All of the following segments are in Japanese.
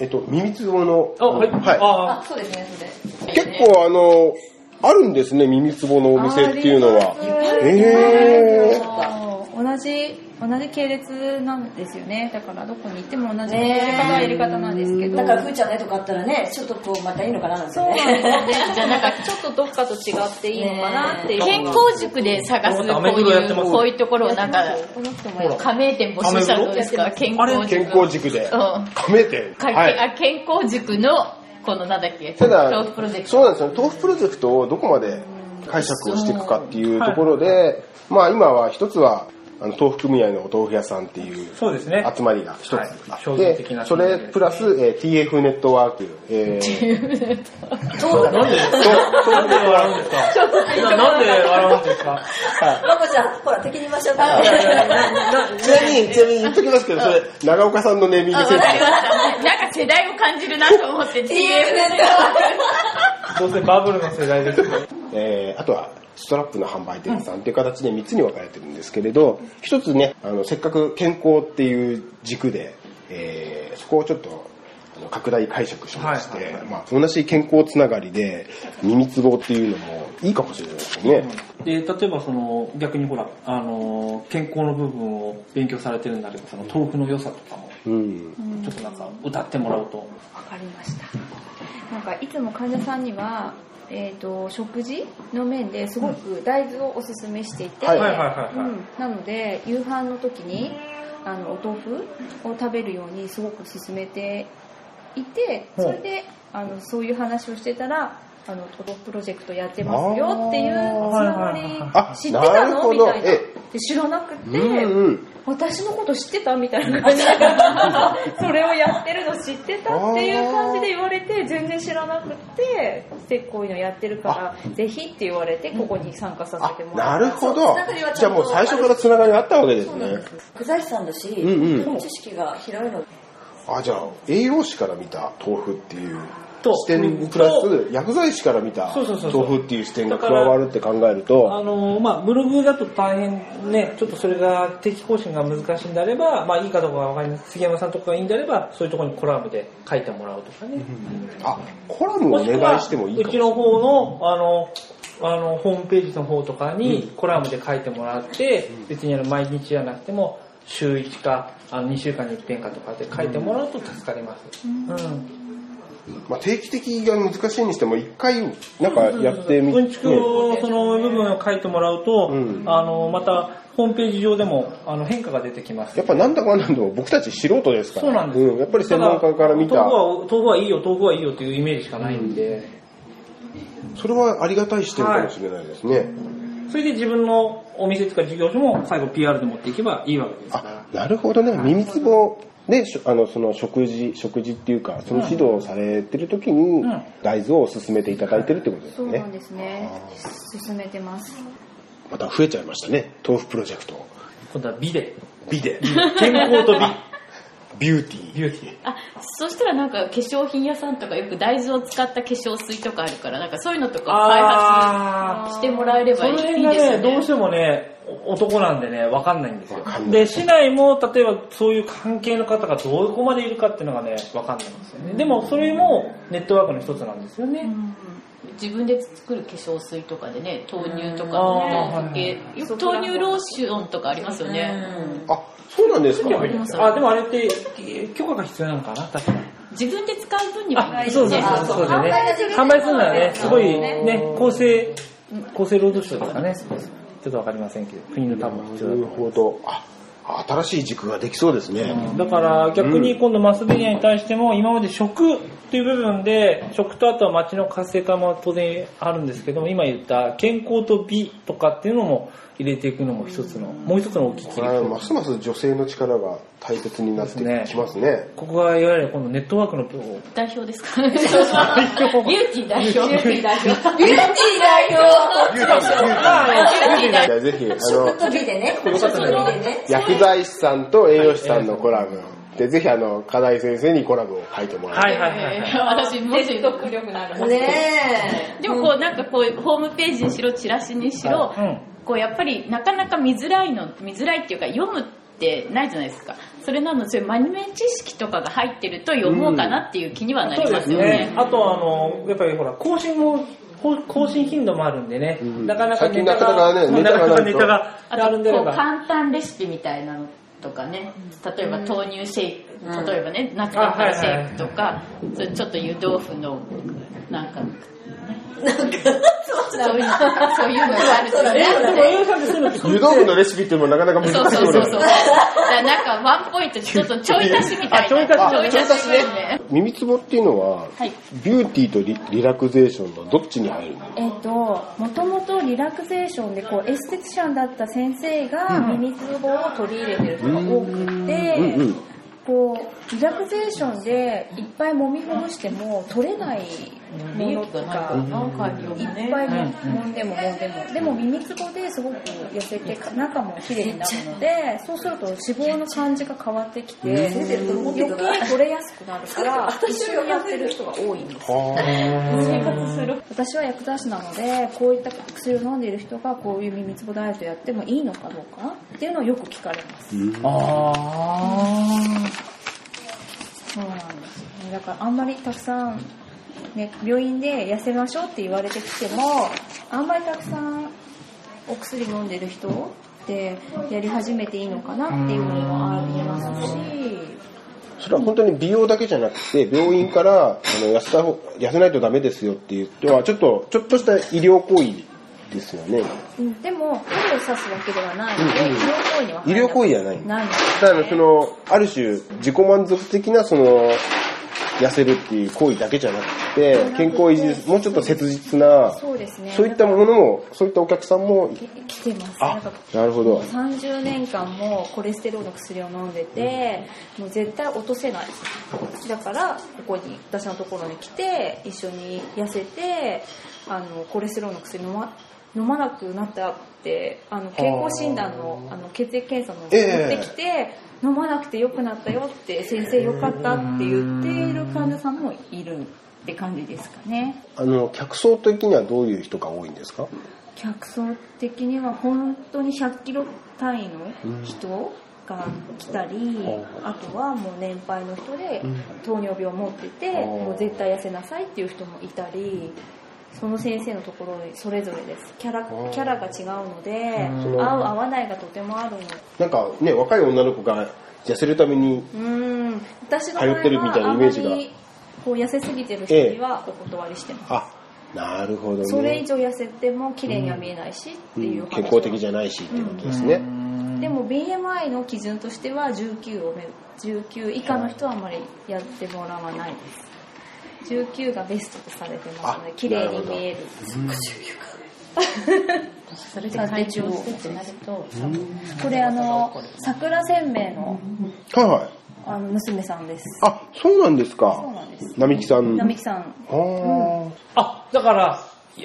えっと、ミミズオの、あ、はい。はああ、そうですね、そい。れ。結構あの、あるんですね、ミミツボのお店っていうのは。えーそう同じ同じ系列なんですよねだからどこに行っても同じやり方はやり方なんですけどだから、ふーちゃんの絵とかあったらね、ちょっとこう、またいいのかななんてそうなんね。ですねじゃあなんかちょっとどっかと違っていいのかなっていう健康塾で探す、こアうメブロやいってう、ますこういうところをなんか、この人もほら加盟店募集したらどうですか健アメブロ康塾。健康塾でう、ん。加盟店。かはい。あ健康塾の、このなんだっけ、ただ豆腐プロジェクト。そうなんですよね豆腐プロジェクトをどこまで解釈をしていくかっていうところで、まあ今は一つはあの豆腐組合のお豆腐屋さんっていうそうですね。集まりが一つはいあっ商て、業的なそれプラス、えー TF ネットワーク、えー、なんで、なんで笑うんですかなんで笑うんですかはい。まこちゃん、ほら、敵にいましょうか。 ちなみに、ちなみに言っときますけど、それ、長岡さんのネーミングセンスでなんか世代を感じるなと思って、TF どうせバブルの世代ですけど。えーあとはストラップの販売店さんっていう形で3つに分かれてるんですけれど一つねあのせっかく健康っていう軸で、えーそこをちょっとあの拡大解釈しまして、はいはいはいまあ、同じ健康つながりで耳つぼっていうのもいいかもしれないですね、で、例えばその、逆にほら、あの、健康の部分を勉強されてるんだけど、その豆腐の良さとかも、うん、ちょっとなんか歌ってもらうと。わかりました。なんかいつも患者さんには、えっ、と食事の面ですごく大豆をおすすめしていて、はいはいはいはいはいうんなので夕飯の時にあのお豆腐を食べるようにすごく勧めていて、ほうそれであのそういう話をしてたら。あのトロプロジェクトやってますよっていうつながあーはいはいはいあり知ってたなるのほみどたいなえで知らなくて、うんうん私のこと知ってたみたいな感じ でそれをやってるの知ってたっていう感じで言われて全然知らなくてでこういうのやってるからぜひって言われてここに参加さあせてもらなっるほどつながりはちゃんとじゃあもう最初からつながりがあったわけですね久在師さんだし、んうん本知識が広いので。あじゃあ栄養士から見た豆腐っていうと視点にプラとス薬剤師から見たそうそうそうそう豆腐っていう視点が加わるって考えるとあのまあ、ブログだと大変ね、ちょっとそれが定期更新が難しいんであれば、まあいいかどうかわかりません。杉山さんとかがいいんであれば、そういうところにコラムで書いてもらうとかね。あ、コラムをお願いしてもいいうかちも。の方の、あの、あの、ホームページの方とかにコラムで書いてもらって、別にあの毎日じゃなくても、週1か、あの2週間に1遍かとかで書いてもらうと助かります。うん。まあ、定期的が難しいにしても、一回、なんかやってみうんちくねのその部分を書いてもらうと、うんあの、また、ホームページ上でも、あの、変化が出てきます。やっぱなんだかんだでも僕たち素人ですから。そうなんですよ、やっぱり専門家から見ただ、豆腐は、豆腐はいいよ、豆腐はいいよっていうイメージしかないんで、それはありがたい視点かもしれないですね。それで自分のお店とか事業所も最後 PR で持っていけばいいわけですから。あ、なるほどね。耳つぼで、しょあの、その食事、食事っていうか、その指導をされてる時にうん、大豆を進めていただいてるってことでそすうねなん。ですね進めてますまた増えちゃいましたね。豆腐プロジェクト。今度は美で。美で。健康と美。ビューティー。ビューティー。あ、そしたらなんか化粧品屋さんとかよく大豆を使った化粧水とかあるから、なんかそういうのとか開あ発してもらえれそばいいのですよ辺がね、どうしね。てもね、お男なんでね、わかんないんですよわかん。ないで、市内も、例えばそういう関係の方がどこまでいるかっていうのがね、わかんないんですよね。でも、それもネットワークの一つなんですよね。自分で作る化粧水とかでね、豆乳とかうんのかけ、よく豆乳ローションとかありますよね。あ、そうなんですか。あ、でもあれって、許可が必要なのかな確かに。自分で使う分にはいいですそうそうね。そう、そうだよね。販販売売するすのるのははねね、すごいね、厚生、厚生労働省ですかね。ちょっとわかりませんけど、国の多分必要なだると思いますほど。あ、新しい軸ができそうですね。だから逆に今度マスメディアに対しても今まで食っていう部分で食とあとは街の活性化も当然あるんですけども今言った健康と美とかっていうのも入れていくのも一つのもう一つの大きいこ切りれ口はますます女性の力が大切になってきますね。ここがいわゆる今度ネットワークの部分代表ですかビューティー代表。 ビューティー代表。 ビューティー代表ビューティービューティーじゃあぜひ、食あと美でね。よ食かとったね美でね。の、薬剤師さんと栄養士さんのコラム。で、ぜひ、あの、課題先生にコラムを書いてもらって。はいはいはいはい私、もし、力のあねえ。でもこうなんかこうホームページにしろチラシにしろうんこうやっぱりなかなか見づらいの見づらいっていうか読むっってないじゃないですかそれなのでそういう真面目知識とかが入ってると読もうかなっていう気にはなそうりでますすよねね。あと、あの、やっぱりほら、更新も、こう更新頻度もあるんでね、うんなかなか最近ネタなかなが、かねそうネタがないとなかなかネタがああとるこんであれうば。簡単レシピみたいなのとかね例えば豆乳シェイク、うん例えばねナッツバターシあはいはいェイクとか、それちょっと湯豆腐のなんかそういうそういうのがあるとねえ、でも、映画でそういうの作って湯豆腐のレシピっていうのもなかなかそう難しいそもうのそだうそう。よだからなんかワンポイントちょっとちょい足しみたいな。あちょい足しちょい足しみたいなね。耳つぼっていうのは、はいビューティーとリリラクゼーションのどっちに入るのえっと、もともとリラクゼーションでこうエステティシャンだった先生が耳つぼを取り入れてる人が多くうて、んうんこうリラクゼーションでいっぱい揉みほぐしても取れないものとか。なんかよいっね。ぱい揉んでも揉んでも。でも耳つぼですごく寄せて、中も綺麗になるので、そうすると脂肪の感じが変わってきて、先生と思っ余て計た取れやすくなるから、一緒にやってる人が多いんです。生活する。私は薬剤師なのでこういった薬を飲んでいる人がこういう耳つぼダイエットやってもいいのかどうかっていうのをよく聞かれます、あそうなんですよねだからあんまりたくさん、ね、病院で痩せましょうって言われてきてもあんまりたくさんお薬飲んでる人ってやり始めていいのかなっていうのもありますしそれは本当に美容だけじゃなくて、病院からあの痩せた方痩せないとダメですよっていう、要はちょっと、ちょっとした医療行為ですよね。うんでも針を刺すわけではないのでうんうん医療行為には医入療らな行為じゃない。ないんですだからその、ある種、自己満足的な、その、痩せるっていう行為だけじゃなくて、健康維持です、もうちょっと切実な、そうですねそういったものも、そういったお客さんも、来てますなあんか、なるほど。 30年間もコレステロールの薬を飲んでて、もう絶対落とせないだからここに私のところに来て一緒に痩せてあのコレステロールの薬飲ま飲まなくなったってあの健康診断のあの血液検査の持ええってきて、飲まなくてよくなったよって先生よかったって言っている患者さんもいるって感じですかね。あの、客層的にはどういう人が多いんですか客層的には本当に100キロ単位の人が来たり、んあとはもう年配の人でん糖尿病を持ってて、あーもう絶対痩せなさいっていう人もいたりその先生のところにそれぞれですキャラーキャラが違うのでうん合う合わないがとてもあるのなんかね、若い女の子が痩せるために、うーん私の場通って合るみたいはなあイんメーまジがりこう痩せすぎてる人にはお断りしてます、あ、なるほどね。それ以上痩せても綺麗には見えないしっていう話、うん健康的じゃないしっていうことですね。でも BMI の基準としては19をめ19以下の人はあまりやってもらわないです19がベストとされてますのであ綺麗に見えるそれで会長してってなると、これあの桜せんべいのはいはい。あの娘さんですあ、そうなんですか。そうなんです並木さん。並木さんあーあ。あ、だから、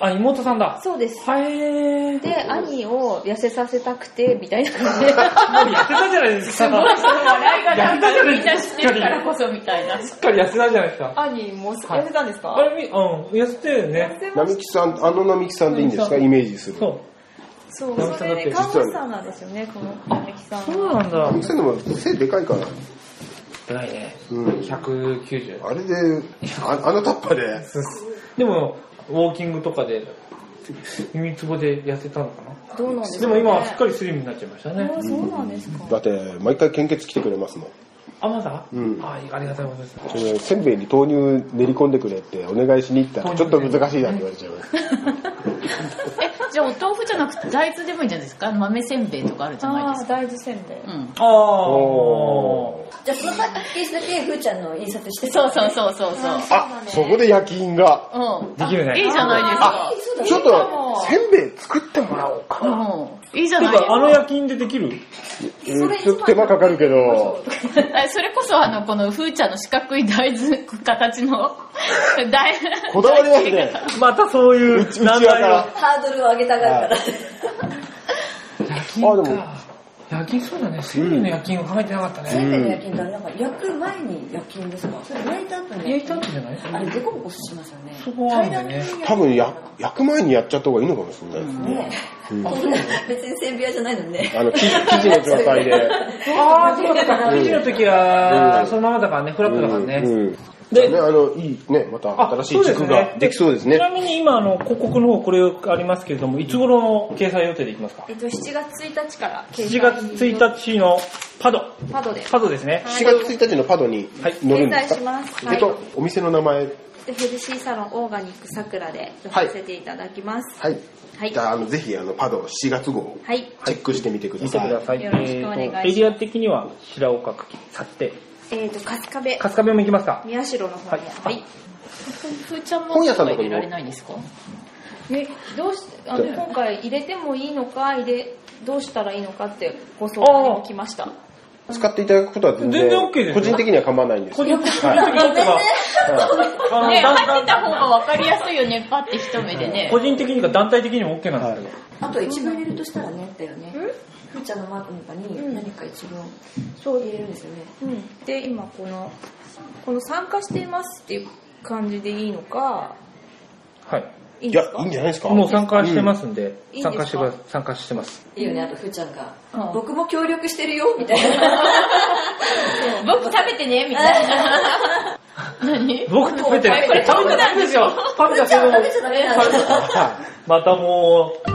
あ、妹さんだ。そうですはえー。で兄を痩せさせたくてみたいな感じでもうやってたじゃないですか。その笑いがなんかみんな知ってるからこそみたいな。すっかり痩せたじゃないですか。 兄も痩せたんですか、あれ、みうん、痩せてるよ痩ね。せまし並木さん、あの並木さんでいいんですか、イメージする。そう。そう並木そさんだっれてで看護師さんなんですよねこの並木さんそうなんだ。並木さんでも背でかいから。ないね。うん。 190。あれで、ああのタッパーで。でも、ウォーキングとかで、耳つぼで痩せたのかな。どうなんですでか、ね、も今はすっかりスリムになっちゃいましたね。あそうなんですか、だって、毎回献血来てくれますもん。あ、まだうんあありがたいことです。そのせんべいに豆乳練り込んでくれってお願いしに行ったら、ちょっと難しいなって言われちゃいます。え、じゃあお豆腐じゃなくて大豆でもいいんじゃないですか豆せんべいとかあるじゃないあであすーか。大事せんべい、うん。ああ。じゃあそのパッケージだけふーちゃんの印刷してそうそうそうそうそう。あ、そこで夜勤が。うん。できるねあいいじゃないですか。ちょっと、せんべい作ってもらおうか。うん。いいじゃてないですか、あのか。夜勤でできるうんちょっと手間かかるけど。あそれこそあの、このふーちゃんの四角い大豆、形の、大こだわりますね。またそういううち、うちわから。ハードルを上げたがるから夜あ勤でもか。夜勤そうだね。セリの夜勤を考えてなかったせね。んべいの焼きんだなんか焼く前に焼きんですかそれ焼いた後に焼いたんじゃないあれデコボコしますよねそこはあるんだよね平らに焼く多分や、焼く前にやっちゃった方がいいのかもしれないですね。ねうん別にセンビアじゃないのにね。あの、生地生地の状態 で。ああ、そうだったか。うん記事の時うは、んそのままだからね、フラットだからね。うんうんでね、あの、いい、ね、また新しい軸ができそうですねち。なみに今、あの、広告の方これありますけれども、いつ頃の掲載予定でいきますかえっと、7月1日から掲 ?7 載月1日のパド。パドでパドですね。は7月1日のパドにはい乗るん掲で載すしか、ます、えっと、お店の名前、でヘルシーサロンオーガニックさくらで出させていただきますはい。はいじゃあ、あの、ぜひ、あの、パド7月号をはい、チェックしてみてくだ見さてい。ください。よろしくお願いしえーますとエリア的には、白岡区、去って、えっ、と春日部春日部も行きますか宮代の方にははいい、ふーちゃんも本屋さんとかにも入れられないんですかね、どうしあの今回入れてもいいのか入れどうしたらいいのかってご相談にも来ました使っていただくことは全然、全然 OK ですよ個人的には構わないんです個け人ど。的にはいなんとか、あ のねだん入ってだたん方が分かりやすいよね、パって一目でね個。人的にか団体的にも OK なんはでいすあと一部入れるとしたらねだよね。ふーちゃんのマークの中に何か一部をそう入れるんですよね。うん、で今このこの参加していますっていう感じでいいのかけど。はい。いいんいでやす、いいんかじゃないですか。もう参加してますんで、うん参加していいま、んです参加してます。いいよね、あとふーちゃんがうん。僕も協力してるよ、みたい な。僕食べてね、みたいな。何僕食べてこれる。僕なんですよ。食べたけども食べちゃダメなの。またもう、